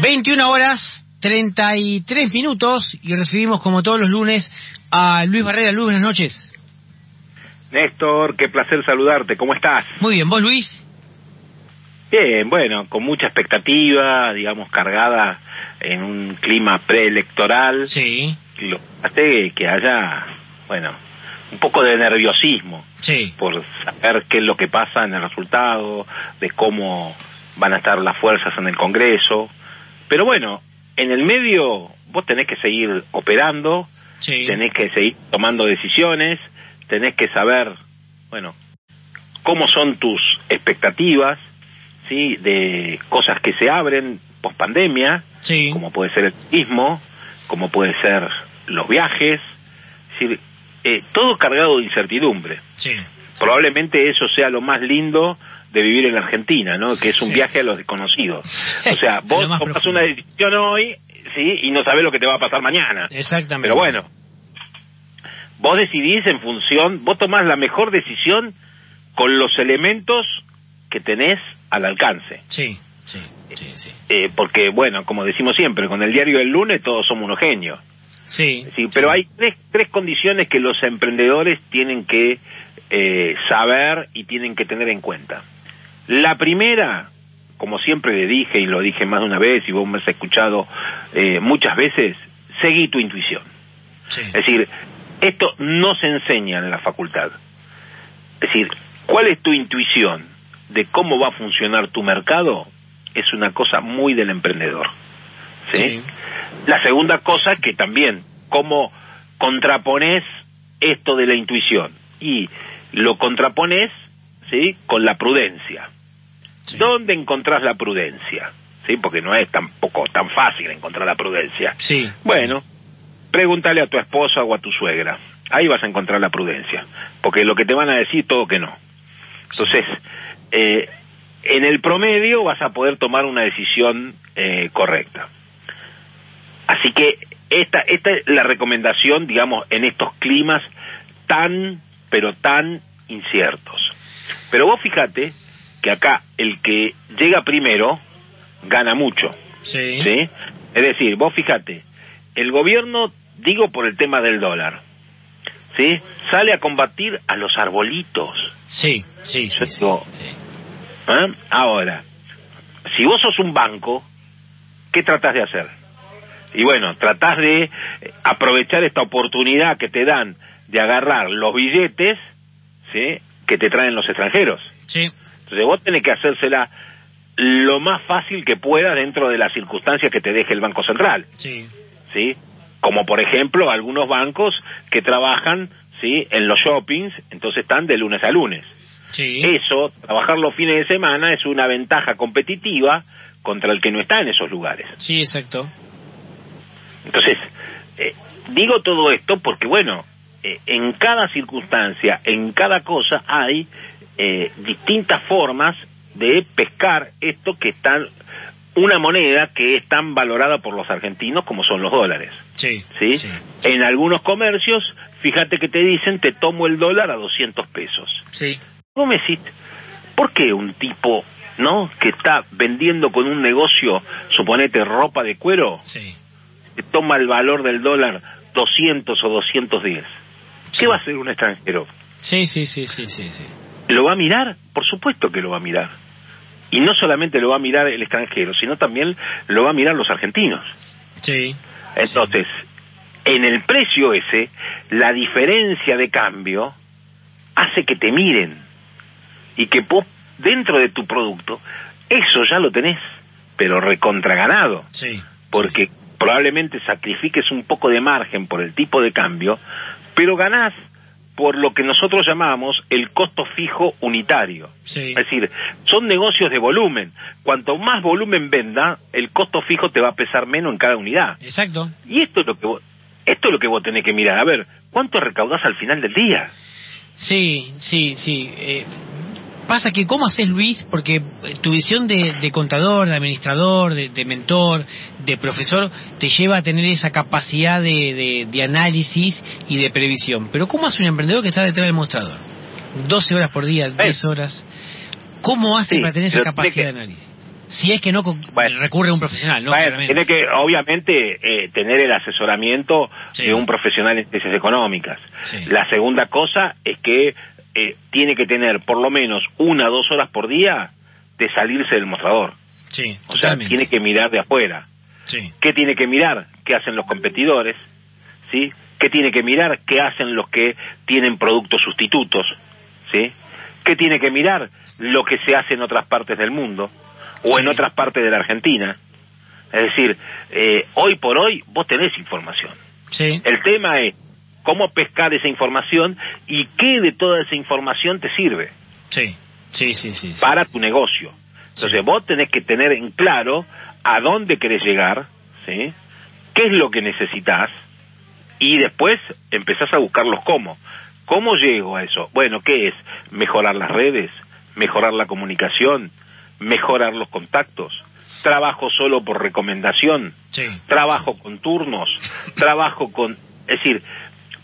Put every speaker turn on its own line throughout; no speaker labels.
21 horas 33 minutos y recibimos como todos los lunes a Luis Barrera. Luis, buenas noches.
Néstor, qué placer saludarte. ¿Cómo estás?
Muy bien, ¿vos Luis?
Bien, bueno, con mucha expectativa, digamos, cargada en un clima preelectoral.
Sí,
Lo que hace que haya, bueno, un poco de nerviosismo
sí.
por saber qué es lo que pasa en el resultado, de cómo van a estar las fuerzas en el Congreso. Pero bueno, en el medio vos tenés que seguir operando,
Sí.
tenés que seguir tomando decisiones, tenés que saber, bueno, cómo son tus expectativas, ¿sí? De cosas que se abren post pandemia,
Sí.
como puede ser el turismo, como puede ser los viajes, es decir, eh, todo cargado de incertidumbre.
Sí.
Probablemente eso sea lo más lindo de vivir en la Argentina, ¿no? Que es un
Sí.
viaje a los desconocidos. O sea,
A
vos
lo más
tomás
profundo.
una decisión hoy, ¿sí? Y no sabés lo que te va a pasar mañana.
Exactamente.
Pero bueno, vos decidís en función, vos tomás la mejor decisión con los elementos que tenés al alcance.
Sí, sí, sí, sí.
Eh, porque, bueno, como decimos siempre, con el diario del lunes todos somos unos genios.
Sí.
Sí, pero hay tres, tres condiciones que los emprendedores tienen que eh, saber y tienen que tener en cuenta. La primera, como siempre le dije y lo dije más de una vez y vos me has escuchado eh, muchas veces, seguí tu intuición.
Sí.
Es decir, esto no se enseña en la facultad. Es decir, ¿cuál es tu intuición de cómo va a funcionar tu mercado? Es una cosa muy del emprendedor. ¿sí?
Sí.
La segunda cosa que también, ¿cómo contrapones esto de la intuición? Y lo contrapones ¿sí? con la prudencia.
Sí.
¿Dónde encontrás la prudencia? ¿Sí? Porque no es tampoco tan fácil encontrar la prudencia.
Sí.
Bueno, pregúntale a tu esposa o a tu suegra. Ahí vas a encontrar la prudencia. Porque lo que te van a decir, todo que no. Entonces, eh, en el promedio vas a poder tomar una decisión eh, correcta. Así que esta, esta es la recomendación, digamos, en estos climas tan, pero tan inciertos. Pero vos fíjate que acá el que llega primero gana mucho.
Sí.
¿Sí? Es decir, vos fíjate, el gobierno, digo por el tema del dólar, ¿sí? Sale a combatir a los arbolitos.
Sí, sí, sí,
Yo
sí,
digo-
sí.
¿eh? Ahora, si vos sos un banco, ¿qué tratás de hacer? Y bueno, tratás de eh, aprovechar esta oportunidad que te dan de agarrar los billetes, ¿sí? Que te traen los extranjeros.
Sí,
Entonces vos tenés que hacérsela lo más fácil que puedas dentro de las circunstancias que te deje el Banco Central.
sí,
¿sí? Como por ejemplo algunos bancos que trabajan, ¿sí? En los shoppings, entonces están de lunes a lunes.
sí.
Eso, trabajar los fines de semana es una ventaja competitiva contra el que no está en esos lugares.
Sí, exacto.
Entonces, eh, digo todo esto porque, bueno, eh, en cada circunstancia, en cada cosa hay eh, distintas formas de pescar esto que está, una moneda que es tan valorada por los argentinos como son los dólares.
Sí.
¿sí? En algunos comercios, fíjate que te dicen, te tomo el dólar a 200 pesos.
Sí.
Vos me decís, ¿por qué un tipo, no, que está vendiendo con un negocio, suponete ropa de cuero,
Sí.
te toma el valor del dólar 200 o 210?
Sí.
¿Qué va a hacer un extranjero?
Sí, sí, sí, sí, sí, sí.
¿Lo va a mirar? Por supuesto que lo va a mirar. Y no solamente lo va a mirar el extranjero, sino también lo va a mirar los argentinos.
Sí.
Entonces, en el precio ese, la diferencia de cambio hace que te miren y que vos, dentro de tu producto, eso ya lo tenés, pero recontraganado,
Sí.
porque probablemente sacrifiques un poco de margen por el tipo de cambio, pero ganás por lo que nosotros llamamos el costo fijo unitario.
Sí.
Es decir, son negocios de volumen. Cuanto más volumen venda, el costo fijo te va a pesar menos en cada unidad.
Exacto.
Y esto es lo que vos, esto es lo que vos tenés que mirar. A ver, ¿cuánto recaudás al final del día?
Sí, sí, sí. Eh, pasa que, ¿cómo haces, Luis? Porque eh, tu visión de, de contador, de administrador, de, de mentor, de profesor, te lleva a tener esa capacidad de, de- de análisis y de previsión. Pero, ¿cómo hace un emprendedor que está detrás del mostrador? 12 horas por día, 10 horas. ¿Cómo hace
Sí,
para tener esa
Eh. pero tiene
capacidad
que-
de análisis? si es que no con-
Bueno.
recurre a un profesional, ¿no?
Bueno,
Claramente.
tiene que, obviamente, eh, tener el asesoramiento
Sí.
de un profesional en ciencias económicas.
Sí.
La segunda cosa es que eh, tiene que tener por lo menos una o dos horas por día de salirse del mostrador.
Sí,
O sea,
totalmente.
tiene que mirar de afuera.
Sí,
¿Qué tiene que mirar? ¿Qué hacen los competidores? ¿Sí? ¿Qué tiene que mirar? ¿Qué hacen los que tienen productos sustitutos? ¿Sí? ¿Qué tiene que mirar? Lo que se hace en otras partes del mundo o en
Sí.
otras partes de la Argentina. Es decir, eh, hoy por hoy vos tenés información.
sí,
El tema es cómo pescar esa información y qué de toda esa información te sirve
sí, sí, sí, sí, sí.
para tu negocio. Entonces
Sí.
vos tenés que tener en claro a dónde querés llegar, ¿sí? qué es lo que necesitas y después empezás a buscar los cómo. ¿Cómo llego a eso? Bueno, ¿qué es? Mejorar las redes, mejorar la comunicación, mejorar los contactos, trabajo solo por recomendación,
Sí,
trabajo con turnos, trabajo con... Es decir,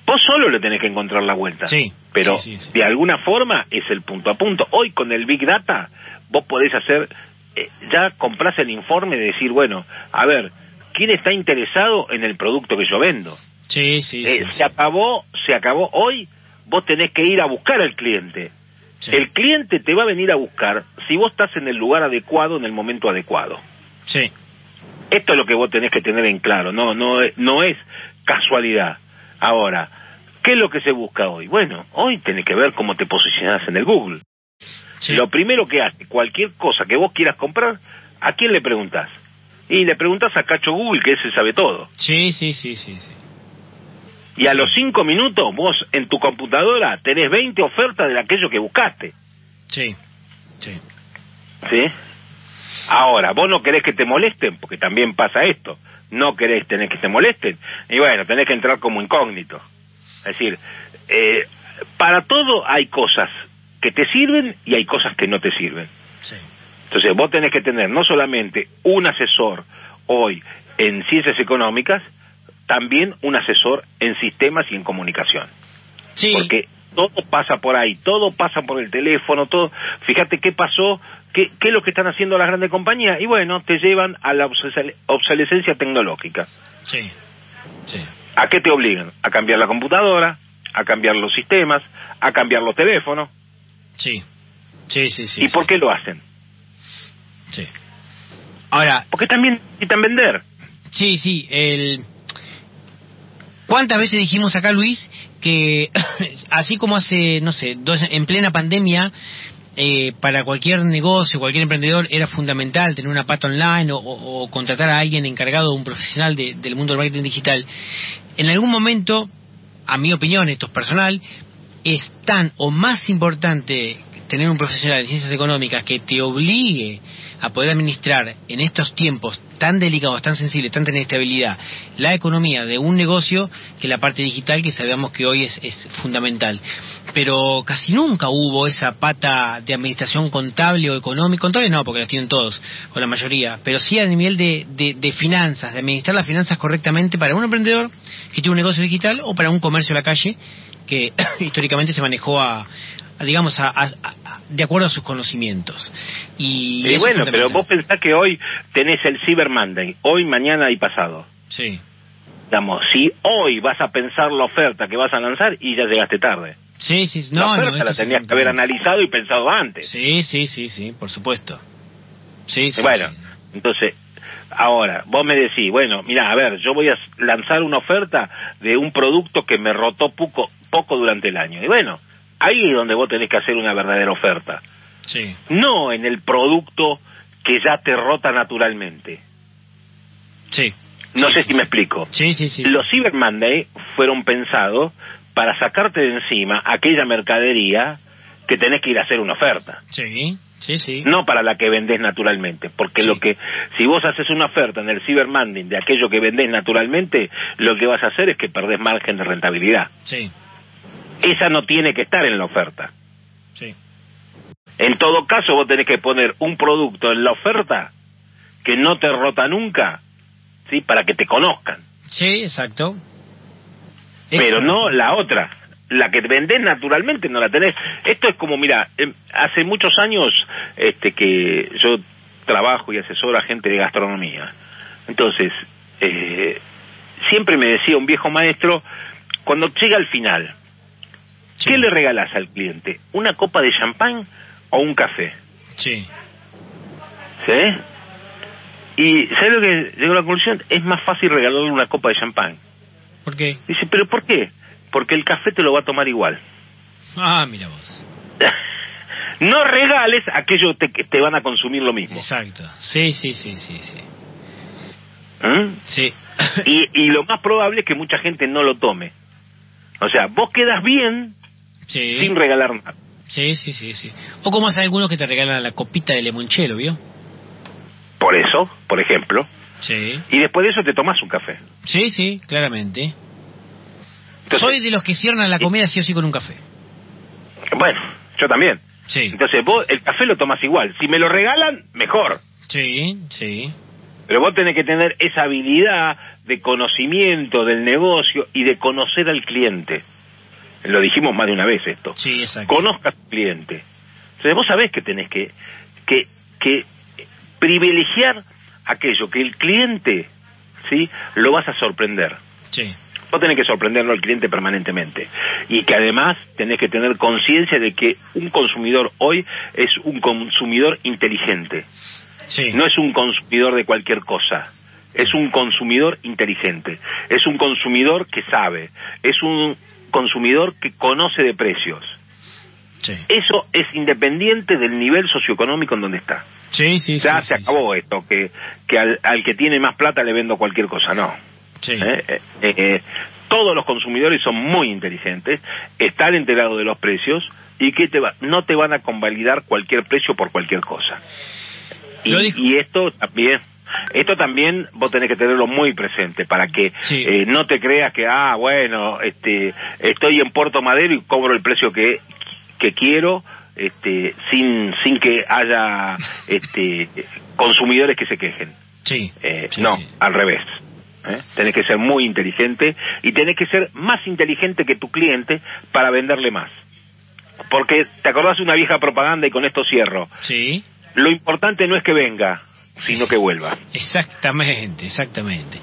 vos solo le tenés que encontrar la vuelta.
Sí,
Pero
sí, sí, sí.
de alguna forma es el punto a punto. Hoy con el Big Data vos podés hacer, eh, ya comprás el informe de decir, bueno, a ver, ¿quién está interesado en el producto que yo vendo?
sí, sí,
Eh,
sí,
se acabó, se acabó hoy, vos tenés que ir a buscar al cliente.
sí.
El cliente te va a venir a buscar si vos estás en el lugar adecuado, en el momento adecuado.
Sí,
Esto es lo que vos tenés que tener en claro, no, no, es- no es casualidad. Ahora, ¿qué es lo que se busca hoy? Bueno, hoy tenés que ver cómo te posicionás en el Google.
sí.
Lo primero que hace cualquier cosa que vos quieras comprar, ¿a quién le preguntás? Y le preguntás a Cacho Google, que ese sabe todo.
Sí, sí, sí, sí, sí.
Y a los cinco minutos vos en tu computadora tenés 20 ofertas de aquello que buscaste.
Sí, sí.
¿Sí? Ahora, vos no querés que te molesten, porque también pasa esto. No querés tener que te molesten. Y bueno, tenés que entrar como incógnito. Es decir, eh, para todo hay cosas que te sirven y hay cosas que no te sirven.
Sí,
Entonces, vos tenés que tener no solamente un asesor hoy en ciencias económicas, también un asesor en sistemas y en comunicación
sí,
porque todo pasa por ahí, todo pasa por el teléfono, todo. Fíjate qué pasó, qué, qué es lo que están haciendo las grandes compañías y bueno, te llevan a la obsesale- obsolescencia tecnológica.
sí, sí,
¿A qué te obligan? A cambiar la computadora, a cambiar los sistemas, a cambiar los teléfonos.
sí, sí, sí, sí,
¿Y por qué lo hacen?
sí. Ahora,
Porque también necesitan vender.
sí, sí, el... ¿Cuántas veces dijimos acá, Luis, que así como hace, no sé, dos, en plena pandemia, eh, para cualquier negocio, cualquier emprendedor, era fundamental tener una pata online o, o- o contratar a alguien encargado, un profesional de- del mundo del marketing digital? En algún momento, a mi opinión, esto es personal, es tan o más importante tener un profesional de ciencias económicas que te obligue a poder administrar en estos tiempos tan delicados, tan sensibles, tanta inestabilidad, la economía de un negocio que la parte digital que sabemos que hoy es, es fundamental. Pero casi nunca hubo esa pata de administración contable o económica, contable no, porque las tienen todos, o la mayoría, pero sí a nivel de, de- de finanzas, de administrar las finanzas correctamente para un emprendedor que tiene un negocio digital o para un comercio a la calle que históricamente se manejó a, a, digamos a, a- a- de acuerdo a sus conocimientos y,
Y,
eso es
bueno, pero
fundamental.
vos pensás que hoy tenés el Cyber Monday, hoy, mañana y pasado.
sí
Digamos, si hoy vas a pensar la oferta que vas a lanzar y ya llegaste tarde.
sí sí
la
no no,
oferta
esto
la
es
tenías que haber
fundamental.
analizado y pensado antes.
sí sí sí sí por supuesto sí, sí
bueno,
sí.
entonces, ahora, vos me decís, bueno, mira, a ver, yo voy a s- lanzar una oferta de un producto que me rotó poco, poco durante el año. Y bueno, ahí es donde vos tenés que hacer una verdadera oferta.
sí
No en el producto que ya te rota naturalmente.
sí
No
Sí,
sé
sí,
si me explico.
sí sí sí
Los Cyber Monday fueron pensados para sacarte de encima aquella mercadería que tenés que ir a hacer una oferta.
sí sí sí
no para la que vendés naturalmente, porque
Sí.
lo que si vos haces una oferta en el Cyber Monday de aquello que vendés naturalmente, lo que vas a hacer es que perdés margen de rentabilidad.
sí
Esa no tiene que estar en la oferta.
sí
En todo caso, vos tenés que poner un producto en la oferta que no te rota nunca, ¿sí? Para que te conozcan,
sí exacto
pero
Exacto.
no la otra. La que vendés naturalmente no la tenés. Esto es como, mira, em, hace muchos años este que yo trabajo y asesoro a gente de gastronomía. Entonces, eh, siempre me decía un viejo maestro, cuando llega al final,
Sí.
¿qué le regalás al cliente? ¿Una copa de champán o un café?
Sí.
¿Sí? Y ¿sabes lo que llegó a la conclusión? Es más fácil regalarle una copa de champán.
¿Por qué?
Dice, ¿pero por qué? Porque el café te lo va a tomar igual.
Ah, mira vos.
no regales aquello te- que te van a consumir lo mismo.
Exacto. Sí, sí, sí, sí, sí.
¿Mm?
Sí.
Y, y lo más probable es que mucha gente no lo tome. O sea, vos quedas bien
sí.
sin regalar nada.
Sí, sí, sí, sí. O como hacen algunos que te regalan la copita de limonchelo, ¿vio?
Por eso, por ejemplo.
Sí.
Y después de eso te tomas un café.
Sí, sí, claramente.
Entonces-
Soy de los que cierran la comida sí o sí con un café.
Bueno, yo también.
Sí.
Entonces vos el café lo tomas igual. Si me lo regalan, mejor.
Sí, sí.
Pero vos tenés que tener esa habilidad de conocimiento del negocio y de conocer al cliente. Lo dijimos más de una vez esto.
Sí, exacto.
Conozca al cliente. Entonces vos sabés que tenés que, que, que privilegiar aquello que el cliente, ¿sí? Lo vas a sorprender.
Sí.
Vos tenés que sorprenderlo al cliente permanentemente. Y que además tenés que tener conciencia de que un consumidor hoy es un consumidor inteligente.
Sí.
No es un consumidor de cualquier cosa. Es un consumidor inteligente. Es un consumidor que sabe. Es un consumidor que conoce de precios.
Sí.
Eso es independiente del nivel socioeconómico en donde está.
Sí, sí,
Ya
sí,
se
sí,
acabó esto, que, que al, al que tiene más plata le vendo cualquier cosa. No.
Sí.
Eh, eh, eh, eh, todos los consumidores son muy inteligentes, están enterados de los precios y que te va- no te van a convalidar cualquier precio por cualquier cosa. Y,
Lo dijo.
y esto también, esto también vos tenés que tenerlo muy presente para que
Sí.
eh, no te creas que ah bueno este estoy en Puerto Madero y cobro el precio que que quiero este sin sin que haya este consumidores que se quejen.
Sí.
Eh,
Sí,
no,
sí.
al revés. ¿eh? Tenés que ser muy inteligente y tenés que ser más inteligente que tu cliente para venderle más. Porque te acordás de una vieja propaganda y con esto cierro.
Sí.
Lo importante no es que venga, sino que vuelva.
Exactamente, exactamente.